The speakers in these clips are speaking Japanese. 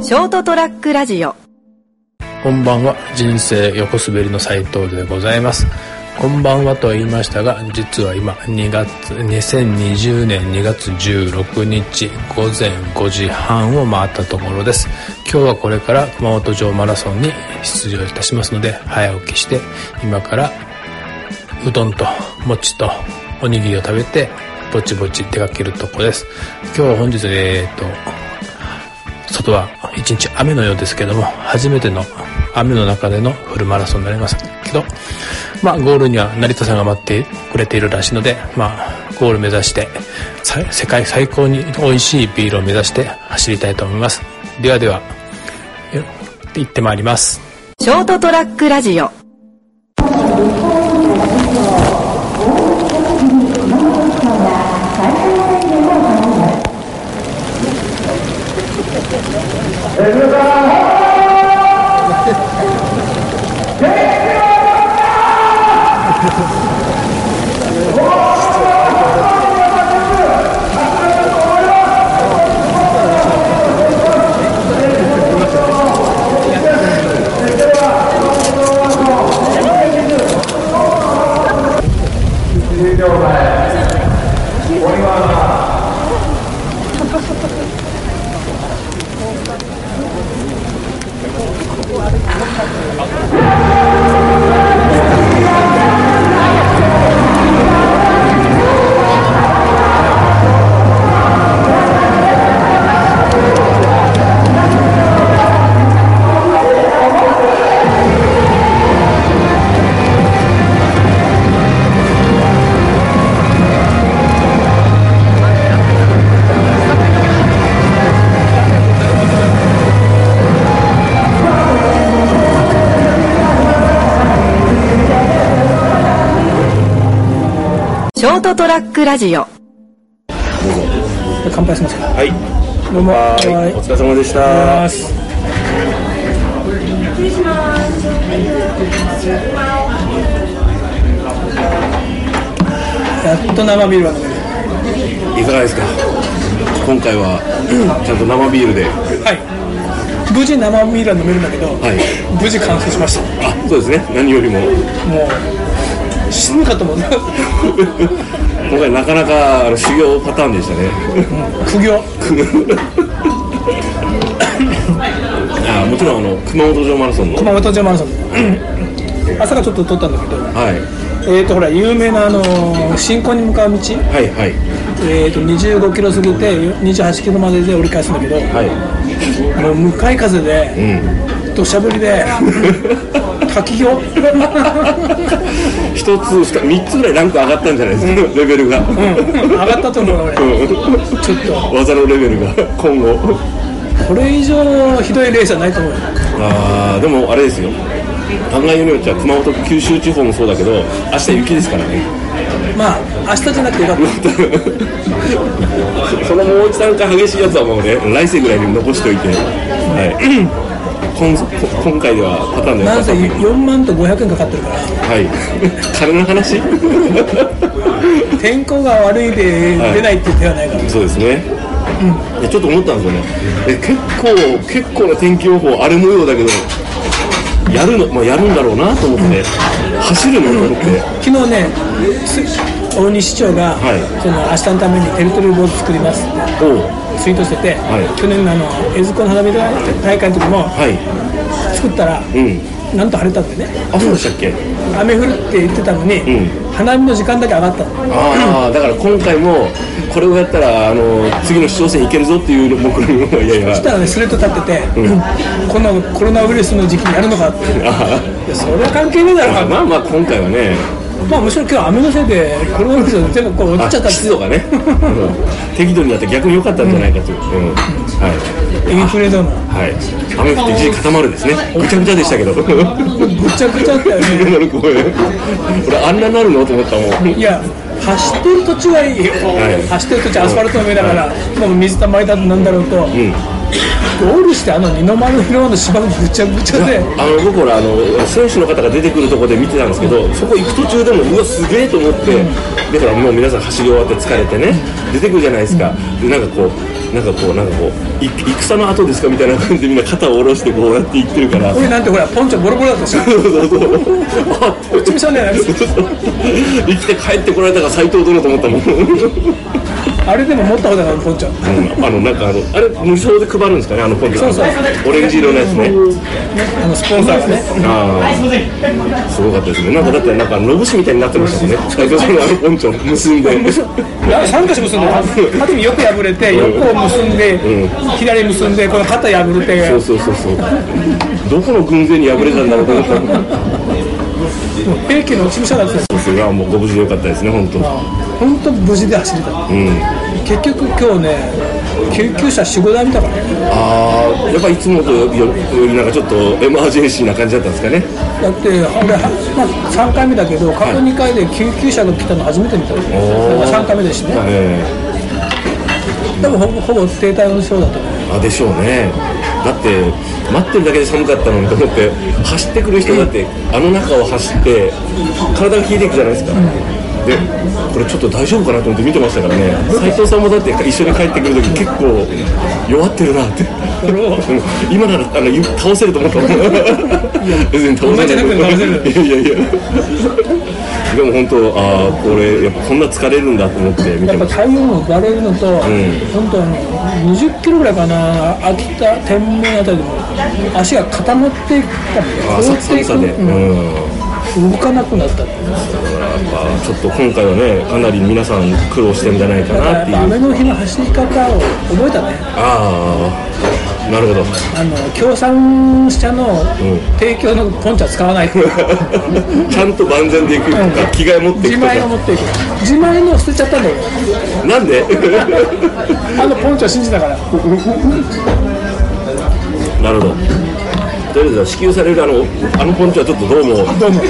ショートトラックラジオこんばんは人生横滑りの斉藤でございますこんばんはと言いましたが実は今2月2020年2月16日午前5時半を回ったところです今日はこれから熊本城マラソンに出場いたしますので早起きして今からうどんと餅とおにぎりを食べてぼちぼち出かけるとこです今日は本日えー、と外は一日雨のようですけども初めての雨の中でのフルマラソンになりますけど、まあ、ゴールには成田さんが待ってくれているらしいので、まあ、ゴール目指してさ世界最高に美味しいビールを目指して走りたいと思いますではではよ行ってまいりますショートトラックラジオショートトラックラジオ乾杯しますかはい、どうもはい、お疲れ様でした。ははいやっと生ビールが飲めるい、いかがですか。今回 はちゃんと生ビールで。ははい無事生ビールは飲めるんだけど、い。無事完成しましたあ、そうですね。何よりももう死ぬか と思う今回なかなかあの修行パターンでしたね。 苦行あ、もちろんあの熊本城マラソンの。熊本城マラソンうん朝がちょっと撮ったんだけどはい。えっ、ー、とほら有名なあのー新婚に向かう道はいはいえー、と25キロ過ぎて28キロまでで折り返すんだけど、はもう向かい風い。うで、ん。土砂降り で、滝行、一つしか三つぐらいランク上がったんじゃないですか。レベルが。上がったと思う、俺、ちょっと、 技のレベルが今後。これ以上ひどいレースじゃないと思うよ、ああ、でもあれですよ。考えようによっちゃ熊本九州地方もそうだけど明日雪ですからね。まあ、明日じゃなくてよかった、そのもう一段階激しいやつはもうね来世ぐらいに残しておいて、はい、こんこ今回ではパターンでなはんパせターンで4万と500円かかってるから、はい金の 話天候が悪いではい出ないって言ってはないから、そうですね、いやちょっと思ったんですよねえ結構結構な天気予報あれ模様だけどやるの、まあ、やるんだろうなと思って、走るのと思って、昨日ね、す大西市長が、はいその明日のためにてるてる坊主作りますって。おうツイートしてて、はい去年のあの江津湖の花火大会の時もはい作ったら、うんなんと晴れたんだよねあそうでしたっけ雨降るって言ってたのに、う花火の時間だけ上がったのああだから今回もこれをやったらあの次の市長選いけるぞっていう僕のいやいやそしたらねスレッド立ってて、 こんなのコロナウイルスの時期にやるのかっていあーやそれは関係ねえだろまあまあ今回はね、まあむしろ今日雨のせいでコロナウイルスが全部こう落あちちゃったっ湿度 がね、うん適度になって逆に良かったんじゃないかという、うんはてインフレだのい、はい、雨降って一時固まるですね、ぐちゃぐちゃでしたけ ど、ぐちゃぐちゃだったよねなる声、俺、あんななるのと思ったもん、いや走ってる途中はいいよ、はい走ってる途中アスファルトの上だから、もう水たまりだとなんだろうと、んゴールしてあの二の丸の広場の芝生ぐちゃぐちゃであの僕らあの、選手の方が出てくるところで見てたんですけど、そこ行く途中でも、うわ、すげえと思って、だからもう皆さん、走り終わって疲れてね、出てくるじゃないですか、でなんかこう、なんかこうなんかこうい戦の後ですかみたいな感じでみんな肩を下ろしてこうやっていってるから俺なんてほらポンチョボロボロだったし そうそうそうあこっちもしゃあないな 生きて帰ってこられたから斎藤殿と思ったもんあれでも持った方だからポンチョあのなんかあのあれ無償で配るんですかねあのポンチョそうオレンジ色のやつねあのスポンサーがねああすごかったですねなんかだってなんかのぶしみたいになってましたもんね斎藤殿のあのポンチョ結んであれ3箇所結んでる初めよく破れて横を結んで、左結んでこの肩破れてそうそうそうそうどこの軍勢に敗れたんだろうと思った平家の落ち武者だったしそうそういやもうご無事でよかったですね本当本当無事で走れた、うん結局今日ね救急車45台見たからねああやっぱいつもとよよりなんかちょっとエマージェンシーな感じだったんですかねだって俺、まあ、3回目だけど過去2回で救急車が来たの初めて見たの、3回目ですしねええでもほぼほぼ停滞のショーだと思うあでしょうねだって待ってるだけで寒かったのにと思って走ってくる人だってあの中を走って体が冷えていくじゃないですか、でこれちょっと大丈夫かなと思って見てましたからね斉藤さんもだって一緒に帰ってくる時結構弱ってるなってうん今ならあの倒せると思ったもん別に倒せないお前じゃなくていやいやいやでも本当ああこれやっぱこんな疲れるんだと思って見てやっぱました体温を奪われるのと、本当あの20キロぐらいかな秋田天明あたりでも足が固まっていくあかあら凍っ寒ていく、さでうんうん動かなくなったってあちょっと今回はねかなり皆さん苦労してんじゃないかだからなやっっていぱ雨うの日の走り方を覚えたねああなるほどあの協賛社の提供のポンチは使わ ないと、ちゃんと万全で行くとか着替え持ってい自くと前を持っていく自前の捨てちゃったんだよかなんで あのポンチは信じた からなるほどとりあえずは支給されるあのあのポンチョはちょっとどうも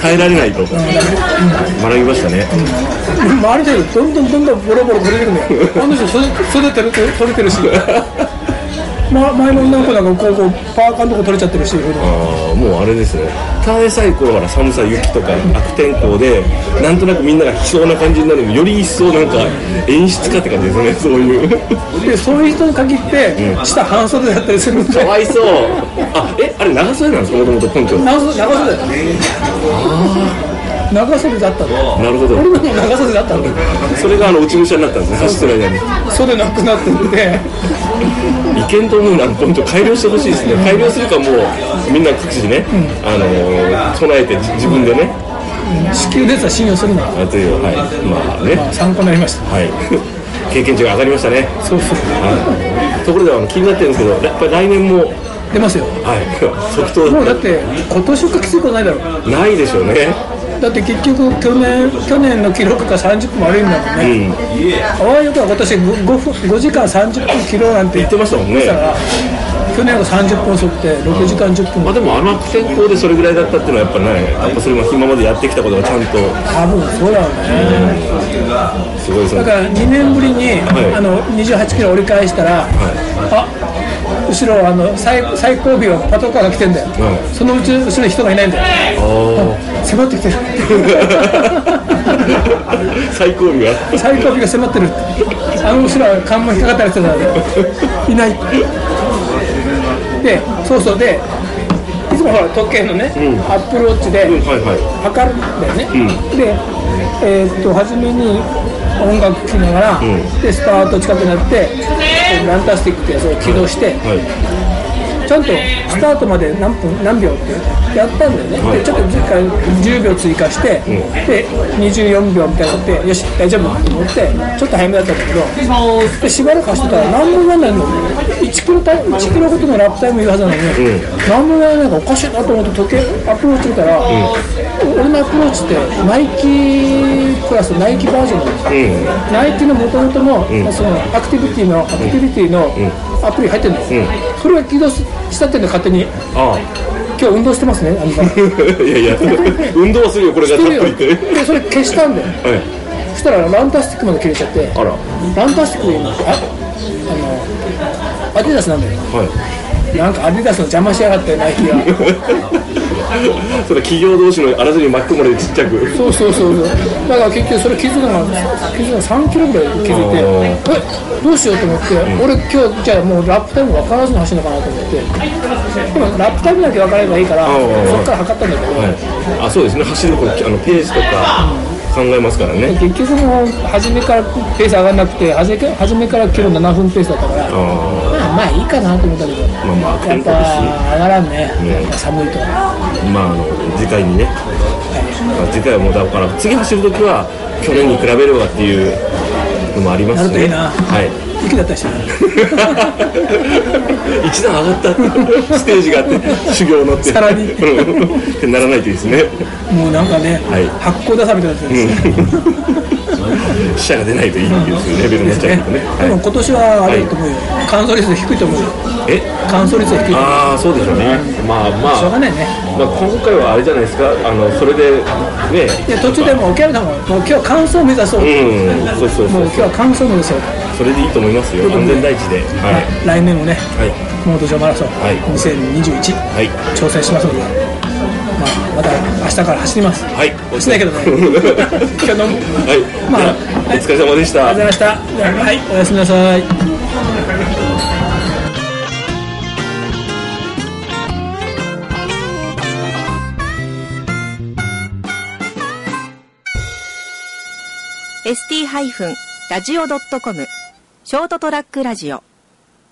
耐えられないと学びましたね ある程度どんどんどんどんボロボロ取れてくんだよあの人袖袖てる取れてるし、 ま、前の女の子なんかこうこうパーカーのとこ取れちゃってるしああもうあれですねただでさえこうほら寒さ雪とか悪天候でなんとなくみんなが悲壮な感じになるのでより一層なんか演出家って感じですねそういうでそういう人に限って下半袖だったりするんかでわいそうあえあれ長袖なんですかもともとポンチョ長袖長袖だよ長袖だったのなるほど俺も長袖だったのそれがあの落ち武者になったんですね走ってる間に袖なくなってていけんと思うなポンチョ改良してほしいですね改良するかもうみんな各自ね、あの備えてじ自分でね支給熱は信用するなあというはいまあね参考になりましたはい 経験値が上がりましたねそうそうはいところではあの気になってるんですけどやっぱり来年も出ますよはい 即答もうだって今年がきついことないだろないでしょうねだって結局去年去年の記録が30分悪いんだもんね、あわよくは今年 5, 分5時間30分切ろうなんて言言っっててましたもんねたら去年は30分遅くて6時間10まあ分でもあの悪天候でそれぐらいだったっていうのはやっぱねやっぱそれも今までやってきたことがちゃんと多分そうだろうねすごいそだのから2年ぶりに、いあの28キロ折り返したら、あ後ろあの最最後尾はパトカーが来てんだよ、はいそのうち後ろに人がいないんだよ迫ってきてる最高位が最後尾が迫ってるあの後ろは看板引っかかったりしてたのでいないでそうそうでいつもほら時計のね、アップルウォッチで、うんはいはい測るんだよね、で、えーっと初めに音楽聴きながら、でスタート近くなってランタスティックってやつを起動して、はいちゃんとスタートまで何分何秒ってやったんだよね、はでいちょっと時間10秒追加して、で24秒みたいになってよし大丈夫と思ってちょっと早めだったんだけどでしばらく走ってたら何も言わないの1キロタイ1キロごとのラップタイム言うはずなのに、何も言わないからおかしいなと思って時計アプローチ見たら、俺のアプローチってナイキプラスナイキバージョンなんですよナイキの元々の,、そのアクティビティのアクティビティのアプリ入ってるんですよ、それが起動ししたってんで勝手にああ 今日運動してますねあんたいやいや、運動はするよ、これがたっぷりって。でそれ消したんだよはい、そしたらランタスティックまで消えちゃってあら、ランタスティックで今ああのアディダスなんだよはなんかアディダスの邪魔しやがってナイキがそれ企業同士の争いに巻き込まれてちっちゃくそうそうそうそうだから結局それ気づくのが気づくの3キロぐらい気づいてえどうしようと思って、俺今日じゃあもうラップタイム分からずに走るのかなと思ってでもラップタイムだけ分かればいいからうんそっから測ったんだけど、はい、あそうですね走るこあのペースとか考えますからね結局もう初めからペース上がらなくて初めから初めからキロ7分ペースだったからあまあまあいいかなと思ったけどあまあまあやっ健康ぱ上がらんねね寒いとだしまああの次回にね、まあ、次回はもうだから次走るときは去年に比べればっていうのもありまなするといねいなはい雪だったりして一段上がったって ステージがあって修行のってさらにうんってならないといいですねもうなんかね、はい発酵出さみたいになってるんですよ死者が出ないといいっていうレベルになっちゃうけどね、 でもは今年はあれだと思うよ乾燥率低いと思うよい、え乾燥率は低いと思うああそうでしょうねまあまあしょうがないねまあ、今回はあれじゃないですかあのそれでねで途中でもうお客さんももう今日は乾燥目指そう、うんそうそうもうそう今日は乾燥目指そう、それでいいと思いますよということ安で全第一ではい来年もねはいモード上マラソン、はい2021、はい挑戦しますので、まあ、また明日から走り ますはいしないけどね 今日飲むはい、まあじゃあお疲れ様でした、ありがとうございましたじゃあはいおやすみなさいラジオ .com ショートトラックラジオ